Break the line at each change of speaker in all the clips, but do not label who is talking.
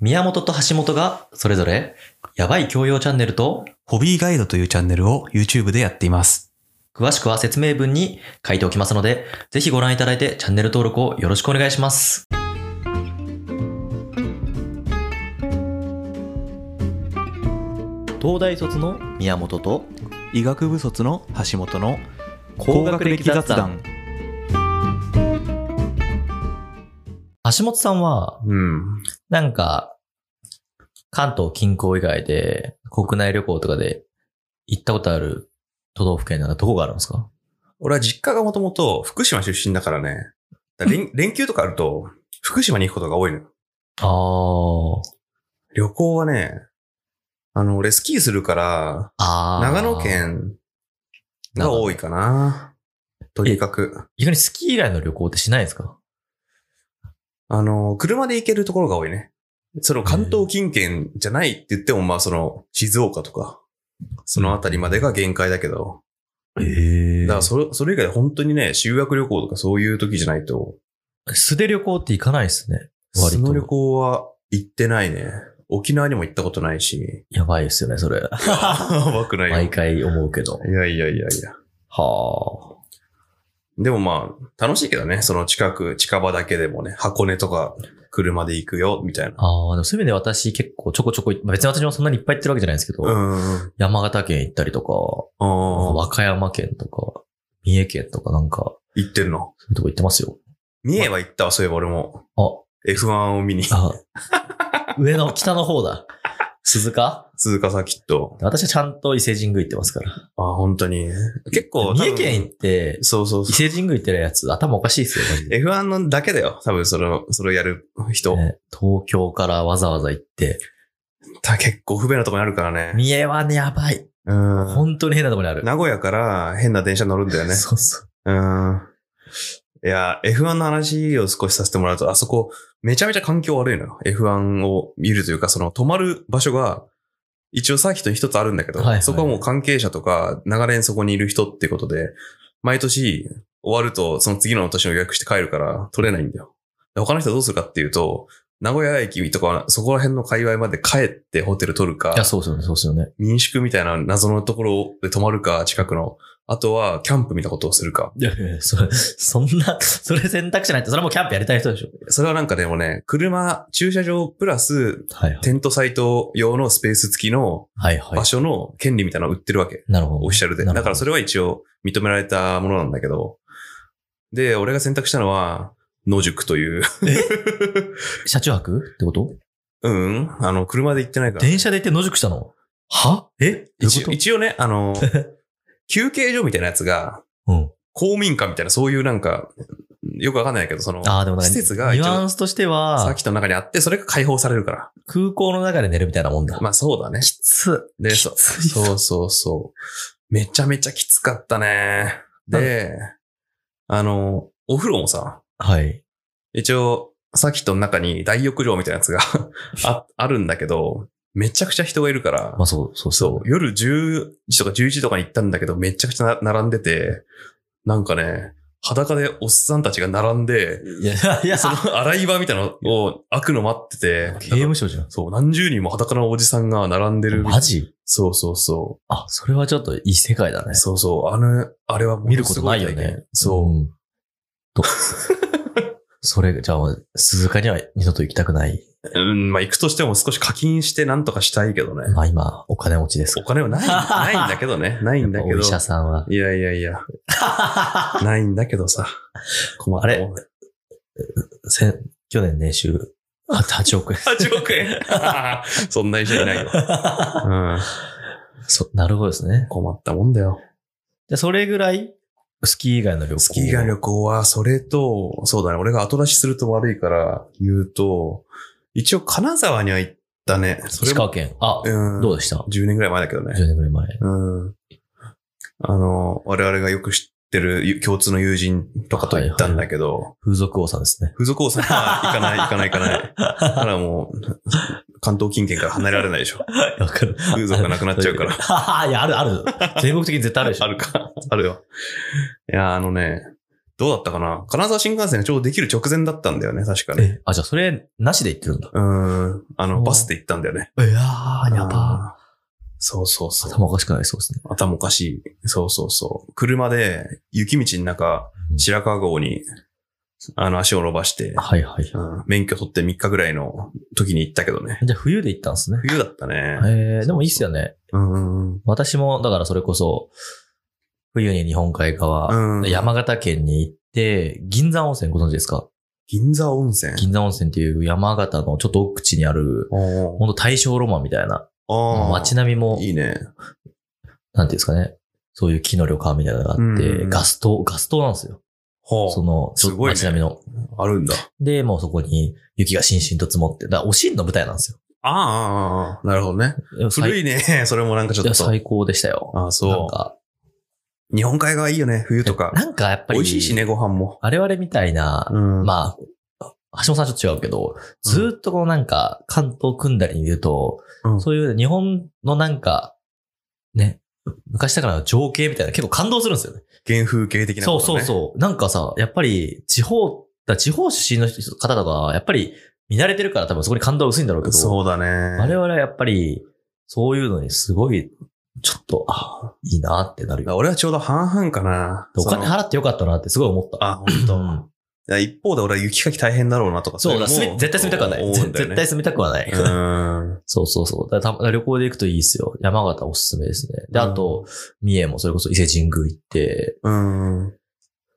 宮本と橋本がそれぞれ、やばい教養チャンネルと、
ホビーガイドというチャンネルを YouTube でやっています。
詳しくは説明文に書いておきますので、ぜひご覧いただいてチャンネル登録をよろしくお願いします。東大卒の宮本と、
医学部卒の橋本の
高学歴雑談。橋本さんは、
うん。
なんか、関東近郊以外で、国内旅行とかで行ったことある都道府県なんかどこがあるんですか
俺は実家がもともと福島出身だからね。だ連連休とかあると、福島に行くことが多いのよ。
あー。
旅行はね、あの、俺スキーするから、
あー
長野。県が多いかな。とにかく。
逆にスキー以外の旅行ってしないんですか
あの、車で行けるところが多いね。その関東近県じゃないって言っても、まあその、静岡とか、そのあたりまでが限界だけど。
え
だ
え
からそれ、それ以外本当にね、修学旅行とかそういう時じゃないと、
素で旅行って行かないですね。割
そ
と
の旅行は行ってないね。沖縄にも行ったことな いし。
やばいですよね、それ。
怖くないよ。
毎回思うけど。
いやいやいやいや。
は
でもまあ、楽しいけどね。その近く、近場だけでもね、箱根とか車で行くよ、みたいな。
あ。ああ、でもそういう意味で私結構ちょこちょこ、まあ別に私もそんなにいっぱい行ってるわけじゃないんですけど、
うん。
山形県行ったりとか、
あ
和
あ。
歌山県とか、三重県とかなんか、
行ってんの。
そういうとこ行ってますよ。
三重は行ったわ、そういえば俺も。
あ、
F1 を見に。
あ、 上の、北の方だ。鈴鹿
鈴鹿サーキット。
私はちゃんと伊勢神宮行ってますから。
ああ、本当に。結構。
三重県行
多
っ
分
て、
そうそう
伊
そ
勢
う。
神宮行ってるやつ頭おかしいですよ、マジで。
F1 のだけだよ。多分それを、それをやる人。
ね東京からわざわざ行って。
た結構不便なとこにあるからね。
三重はね、やばい。
うん。
本当に変なとこにある。
名古屋から変な電車乗るん だよね。
そうそう。
うん。いや、F1 の話を少しさせてもらうと、あそこ、めちゃめちゃ環境悪いのよ。F1 を見るというか、その止まる場所が、一応サーキットに一つあるんだけど、
はいはい
そこはもう関係者とか、長年そこにいる人っていうことで、毎年終わると、その次の年を予約して帰るから、取れないんだよ。で他の人はどうするかっていうと、名古屋駅とか、そこら辺の界隈まで帰ってホテル取るか
いや、、そうですよね、そうですよね。
民宿みたいな謎のところで泊まるか、近くの。あとは、キャンプみたいなことをするか。
いやいやいやそれ、そんな、それ選択肢ないって、それはもうキャンプやりたい人でしょ。
それはなんかでもね、車、駐車場プラス、
はいはい。
テントサイト用のスペース付きの
はいはい
場。所の権利みたいなのを売ってるわけ。
なるほど。
オフィシャルで。
な
だ
るほど
からそれは一応認められたものなんだけど。で、俺が選択したのは、野宿という。
車中泊ってこと
うん、あの、車で行ってないから。
電車で行って野宿したのはえどういう
一
こ
応一応ね、あの、休憩所みたいなやつが、
とうん。
公民館みたいな、そういうなんか、よくわかんないけど、その、
ああ、でもなんか、
施設が
ニ
一
ュア
応、
ンスとして
サ
は
ーキ、ットの中にあって、それが解放されるから。
空港の中で寝るみたいなもんだ。
まあそうだね。
きつ。
で、
き
そ
ついな
そうそうそう。めちゃめちゃきつかったね。で、あの、お風呂もさ、
はい。
一応、サーキットの中に大浴場みたいなやつが ああるんだけど、めちゃくちゃ人がいるから
まあ、そう、そう
そう、夜10時とか11時とかに行ったんだけど、めちゃくちゃな並んでて、なんかね、裸でおっさんたちが並んで、
いや、いや、
その 洗い場みたいなのを開くの待ってて、
刑務所じゃん。
そう、何十人も裸のおじさんが並んでるみたいな。
マジ
そうそうそう。
あ、それはちょっといい世界だね。
そうそう。あの、あれはも
見る
の
こ
す
と
ご
ないよ
体験
ね。
そう。
うん。と それ、じゃあもう、鈴鹿には二度と行きたくない。
うん、まあ行くとしても少し課金してなんとかしたいけどね。
まあ今、お金持ちです
お。金 はない、ないんだけどね。ないんだけ
やっぱお
ど
医。者さんは。
いやいや いや、ないんだけどさ。困った
あれ先去年年収、あ8億円。
8億円 そんな医者いないよ。うん。
そなるほどですね。
困ったもんだよ。
じゃあそれぐらい、スキー以外の旅行。
スキーが旅行は、それと、そうだね。俺が後出しすると悪いから言うと、一応金沢には行ったね。それ
石
も
川県。あ、
うん。
どうでした ?10
10年ぐらい前だけどね。
年ぐらい前。
うん。あの、我々がよく知ってるゆ共通の友人とかと行ったんだけど、
風俗王さんですね。
風俗王さんは行かない、行かない、行 かない。だからもう、関東近県から離れられないでしょ。
わかる。
風俗がなくなっちゃうから。
ら。いや、あるある。全国的に絶対あるでしょ。
あるか。あるよ。いや、あのね、どうだったかな金沢新幹線がちょうどできる直前だったんだよね、確かね。
え、あ、じゃあそれ、なしで行ってるんだ。
うーん。あ
う
の、
ん
バスで行ったんだよね。
いやー、やば
あーそうそうそう。
頭おかしくなりそうですね。
頭おかしい。そうそうそう。車で雪道の中
う、ん
白川郷に、あの、足を伸ばして、
はいはい。じゃ
うん免許取って3日ぐらいの時に行ったけどね。
あ冬で行ったんですね。
冬だったね。
えー、でもいいっすよね。
うんうんうん。
私も、だからそれこそ、冬に日本海側、
うん
山形県に行って、銀山温泉ご存知ですか
銀座温泉。
銀山温泉っていう山形のちょっと奥地にある、
おー
ほんと大正ロマンみたいな、
あー
街並みも、
いいね。
なんていうんですかね、そういう木の旅館みたいなのがあって、
うん
ガス灯、ガス灯なんですよ。
ほ
その、ちょ
すごいね
街並みの。
う。あるんだ。
で、もうそこに雪がしんしんと積もって、だからおしんの舞台なんですよ。
あーあーあー、なるほどね。
でも最
古いね。 それもなんかちょ
いや
っと。
最高でしたよ。
ああ、
なん
そ
か、
う。日本海側いいよね、冬とか。
なんかやっぱり、
美味しいしね、ご飯も。
我々みたいな、
うん。
まあ、橋本さんちょっと違うけど、ずーっとこのなんか、関東組んだり見ると、
うん
そういう日本のなんか、ね、昔だからの情景みたいな、結構感動するんですよね。
原風景的な
そ
こ
う
と
そう
ね。う。
そう。なんかさ、やっぱり地方、だ地方出身の人方とか、やっぱり見慣れてるから多分そこに感動は薄いんだろうけど、
そうだね。
我々はやっぱり、そういうのにすごい、ちょっと、あいいなってなるよ。
俺はちょうど半々かな。
お金
その
払ってよかったなってすごい思った。
あ、本当。
う
い
ん
や一方で俺は雪かき大変だろうなとか。
そう
れ
だ、
も
住み絶対住みたくはない。
思うんだよ
絶
ね
対住みたくはない。
うん。
そうそうそう。だからた旅行で行くといいですよ。山形おすすめですね。で、あと、三重もそれこそ伊勢神宮行って、
うん。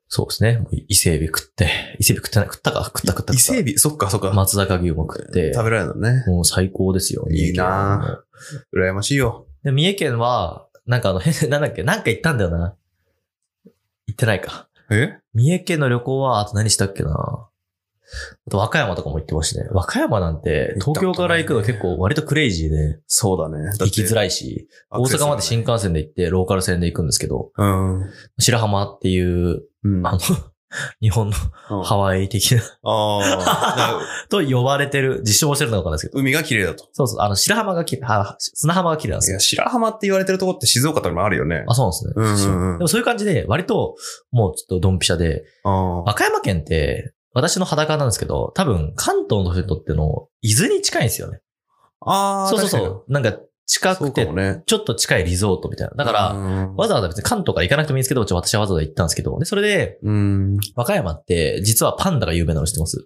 そうですね。もう伊勢海老食って、伊勢海老食ってない、食ったか食った食った食った。
伊勢海老、そっかそっか。
松坂牛も食って、
食べられるのね。
もう最高ですよ。
いいな羨ましいよ。
で、三重県は、なんかあの、変な、なんだっけ、なんか行ったんだよな。行ってないか。
え
三重県の旅行は、あと何したっけな。あと和歌山とかも行ってましたね。和歌山なんて、
行ったこ
東
とない
京から行くの結構割とクレイジーで、
そうだね。
行きづ
い。
らいし、大阪まで新幹線で行って、ローカル線で行くんですけど、
うん。う
白浜っていう、
ん。
あの、 日本の
うん
ハワイ的な、
ああ。だから
と呼ばれてる、自称してるのかわかんないですけど、
海が綺麗だと。
そうそう、あの、白浜がきあ砂浜が綺麗なんです
い
よ
や、。白浜って言われてるとこって静岡とかにもあるよね。
あ、そうなんですね。
うんうんうん
でもそういう感じで、割と、もうちょっとドンピシャで、
あ
和歌山県って、私の裸なんですけど、多分、関東の人にとっての、伊豆に近いんですよね。
あー。
そうそうそう。なんか、近
確かに。そ
く
う
て
かも、ね。
ちょっと近いリゾートみたいな。だから、
うん
わざわざ別に関東から行かなくてもいいんですけど、ちょ私はわざわざ行ったんですけど、で、それで、
うん。
和歌山って、実はパンダが有名なの知ってます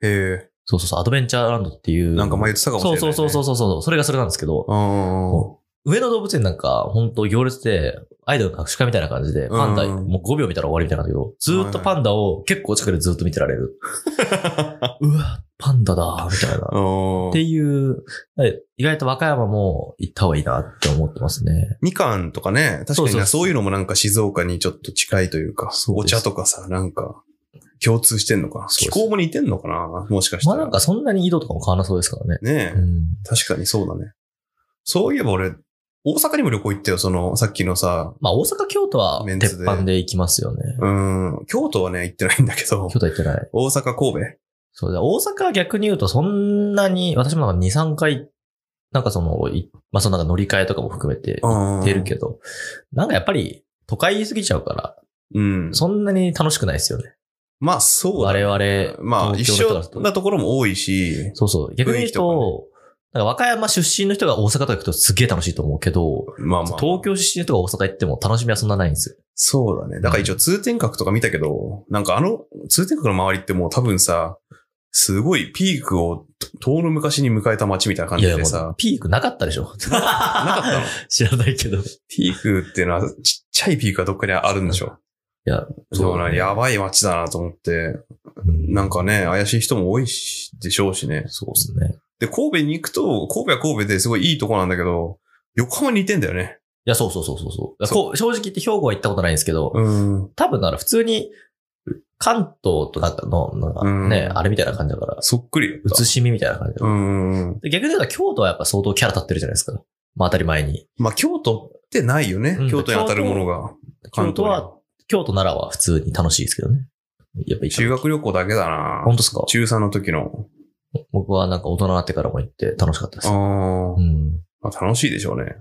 へえ。
そうそうそう、アドベンチャーランドっていう。
なんか前言ってたかもしれないね。
そうそうそう
う。
そうそう、それがそれなんですけど、
あ
上野動物園なんか、本当行列で、アイドルの握手会みたいな感じで、パンダ、
うん
もう5秒見たら終わりみたいなんだけど、ずーっとパンダを結構近くでずーっと見てられ る。うわ、パンダだ、みたいな。
あ。うん
っていう、え意外と和歌山も行った方がいいなって思ってますね。
みかんとかね、確か
そう
に
そう
なそういうのもなんか静岡にちょっと近いというか、
そう
お
です
茶とかさ、なんか、共通してんのかな。
そうで
気
す
候も似てんのかなもしかし
まあ
た
なん
ら。
かそんなに緯度とかも変わらなそうですからね。
ね
う
え、
ん。
確かにそうだね。そういえば俺、大阪にも旅行行ったよ、その、さっきのさ、
まあ大阪、京都は
メンツ
鉄
で
板で行きますよね。
うん、京都はね、行ってないんだけど、
京都は行ってない。
大阪、神戸。
そうだ、大阪は逆に言うとそんなに、私もなんか2、3回、なんかその、いまあそのなんか乗り換えとかも含めて
うん。
行ってるけど、なんかやっぱり都会言い過ぎちゃうから、
うん。
そんなに楽しくないですよね。
まあ、そうだね。
我々、
まあ、一
東京の人だ
緒
と
なところも多いし、
そうそう。逆に言うと、なんか和歌山出身の人が大阪とか行くとすげえ楽しいと思うけど、
まあまあ。
東京出身の人が大阪行っても楽しみはそんなないんですよ。
そうだね。だから一応通天閣とか見たけど、なんかあの通天閣の周りってもう多分さ、すごいピークを遠の昔に迎えた街みたいな感
い
じ
やいや
で
もう
さ、
ピークなかったで しょ。な
なかったの
知らないけど。い
ピークっていうのはちっちゃいピークがどっかにあるんでしょ。
や、
そうな、
ね
やばい街だなと思って、
うん
なんかね、怪しい人も多いし、でしょうしね。
そうですね。
で、神戸に行くと、神戸は神戸ですごいいいとこなんだけど、横浜に似てんだよね。
いや、そうそうそうそうそう
そう
こう。正直言って兵庫は行ったことないんですけど、
うん。
多分なら普通に、関東となんかの、なんかね、
うん
あれみたいな感じだから、
そっくりだった。
写しみみたいな感じだか
う
ら、
ん。
で逆に言うと京都はやっぱ相当キャラ立ってるじゃないですか。まあ当たり前に。
まあ、京都ってないよね
う。ん
京都に当たるものが。
京都
関東に
は、京都ならは普通に楽しいですけどね。やっぱ行った
修学旅行だけだな
本当ですか
中3の時の。
僕はなんか大人になってからも行って楽しかったです。
あー
うん。
まあ、楽しいでしょうね。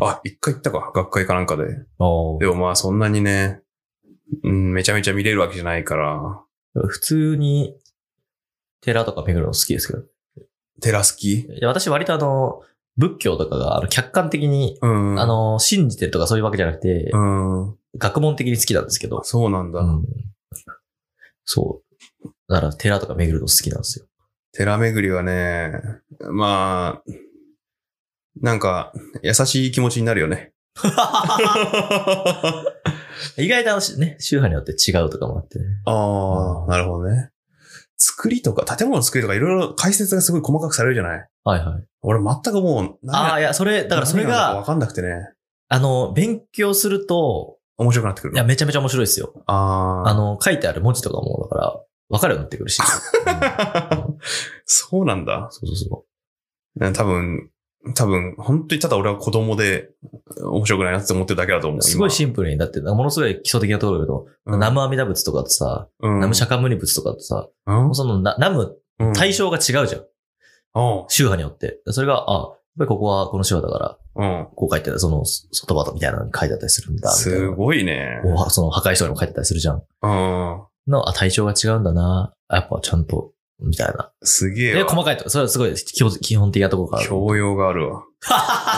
あ、
あ、一回行ったか。学会かなんかで。
あー
でもまあそんなにね、うん、めちゃめちゃ見れるわけじゃないから、
普通に、寺とか巡るの好きですけど。
寺好き
いや私割とあの、仏教とかがあの客観的に、
うん。
あ、の、信じてるとかそういうわけじゃなくて、
うん。
学問的に好きなんですけど。
そうなんだ。
うんそう。だから寺とか巡るの好きなんですよ。
寺巡りはね、まあ、なんか、優しい気持ちになるよね。あ
意外とあのしね、宗派によって違うとかもあってね。
あ、なるほどね。作りとか、建物の作りとかいろいろ解説がすごい細かくされるじゃない
はいはい。
俺全くもう何
あ
や、
あ、いや、それ、だからそれ
何なのか
が、
わかんなくてね、
あの、勉強すると、
面白くなってく
い
る
や、
の。
めちゃめちゃ面白いですよ。
あ
あ
あ。
の、書いてある文字とかも、だから、わかるようになってく るし。うん
そうなんだ。
そうそうそ
ね多分、多分、本当にただ俺は子供で面白くないなって思ってるだけだと思
う。
う。今
すごいシンプルに、だって、ものすごい基礎的なところだけど、
うん
ナム阿弥陀仏とかとさ、
うん
ナム釈迦牟尼仏とかとさ、
うん
そのなナム
うん
対象が違うじゃん。
うん
宗派によって。それが、あ、やっぱりここはこの宗派だから、
うん。
こう書いてある、その、外葉みたいなのに書いてあったりするんだ、みたいな。
すごいね。
おはその破壊書にも書いてたりするじゃん。
うん。
の、あ、体調が違うんだな。あやっぱちゃんと、みたいな。
すげえ
で、
わ。
細かいとこ、それはすごい基本基本的なところから。
教養がある わ。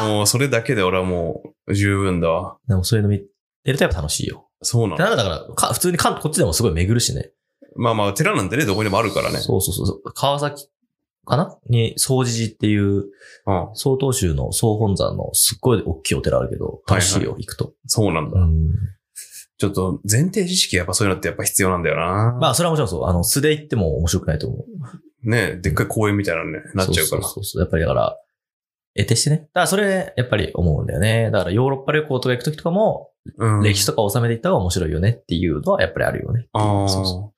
もうそれだけで俺はもう十分だわ。
でもそういうの見てるとやっぱ楽しいよ。
そうな
でな
の。
んだから、か普通に関こっちでもすごい巡るしね。
まあまあ、寺なんてね、どこにでもあるからね。
そうそうそう。川崎かなに、総持寺っていう、
うん。
総東宗の総本山のすっごい大きいお寺あるけど、楽しいよ、行くと。
そうなんだ。
うん
ちょっと前提知識やっぱそういうのってやっぱ必要なんだよな。
まあ、それはもちろんそう。あの、素で行っても面白くないと思う。
ねでっかい公園みたいなのね、なっちゃうか
そうそ
ら。
うそうそう。やっぱりだから、得てしてね。だからそれ、やっぱり思うんだよね。だからヨーロッパ旅行とか行くときとかも、
うん
歴史とか収めていった方が面白いよねっていうのはやっぱりあるよね。
ああ。
そうそ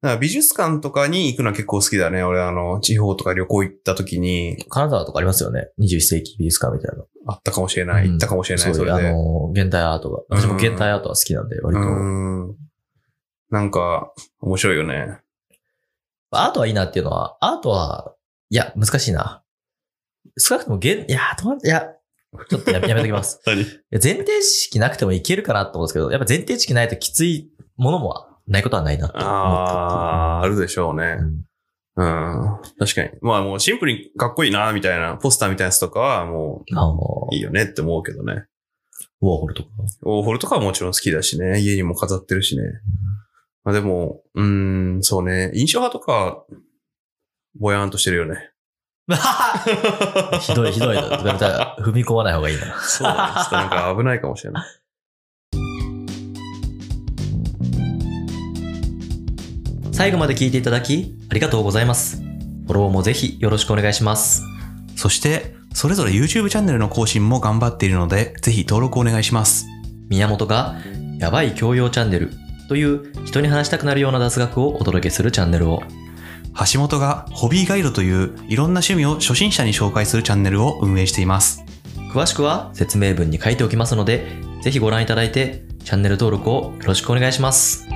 だから美術館とかに行くのは結構好きだね。俺、あの、地方とか旅行行った時に、
金沢とかありますよね。21世紀美術館みたいな。
あったかもしれない、
うん
行ったかもしれない、
そ
そう
いう、
れ
あ
で。
の、現代アートが。私も現代アートは好きなんで、割
う
と。
ん。なんか、面白いよね。
アートはいいなっていうのは、アートは、いや、難しいな。少なくとも現、いや、どうなんいや、ちょっとややめときます。
何
いや前提知識なくてもいけるかなと思うんですけど、やっぱ前提知識ないときついものもないことはないなと思った
ああ、あるでしょうね
っていう。うん
うん。確かに。まあもうシンプルにかっこいいな、みたいな、ポスターみたいなやつとかはも
あの
う、いいよねって思うけどね。
ウォーホルとか。
オーホルとかはもちろん好きだしね。家にも飾ってるしね。まあでも、うーん、そうね。印象派とか、ぼやーんとしてるよ ね。
ひどいひどいだ。だから踏み込まない方がいいな。
そうだね。ちょっとなんか危ないかもしれない。
最後まで聞いていただき、ありがとうございます。フォローもぜひよろしくお願いします。
そして、それぞれ YouTube チャンネルの更新も頑張っているので、ぜひ登録お願いします。
宮本が「やばい教養チャンネル」という人に話したくなるような雑学をお届けするチャンネルを
橋本がホビーガイドといういろんな趣味を初心者に紹介するチャンネルを運営しています。
詳しくは説明文に書いておきますのでぜひご覧いただいてチャンネル登録をよろしくお願いします。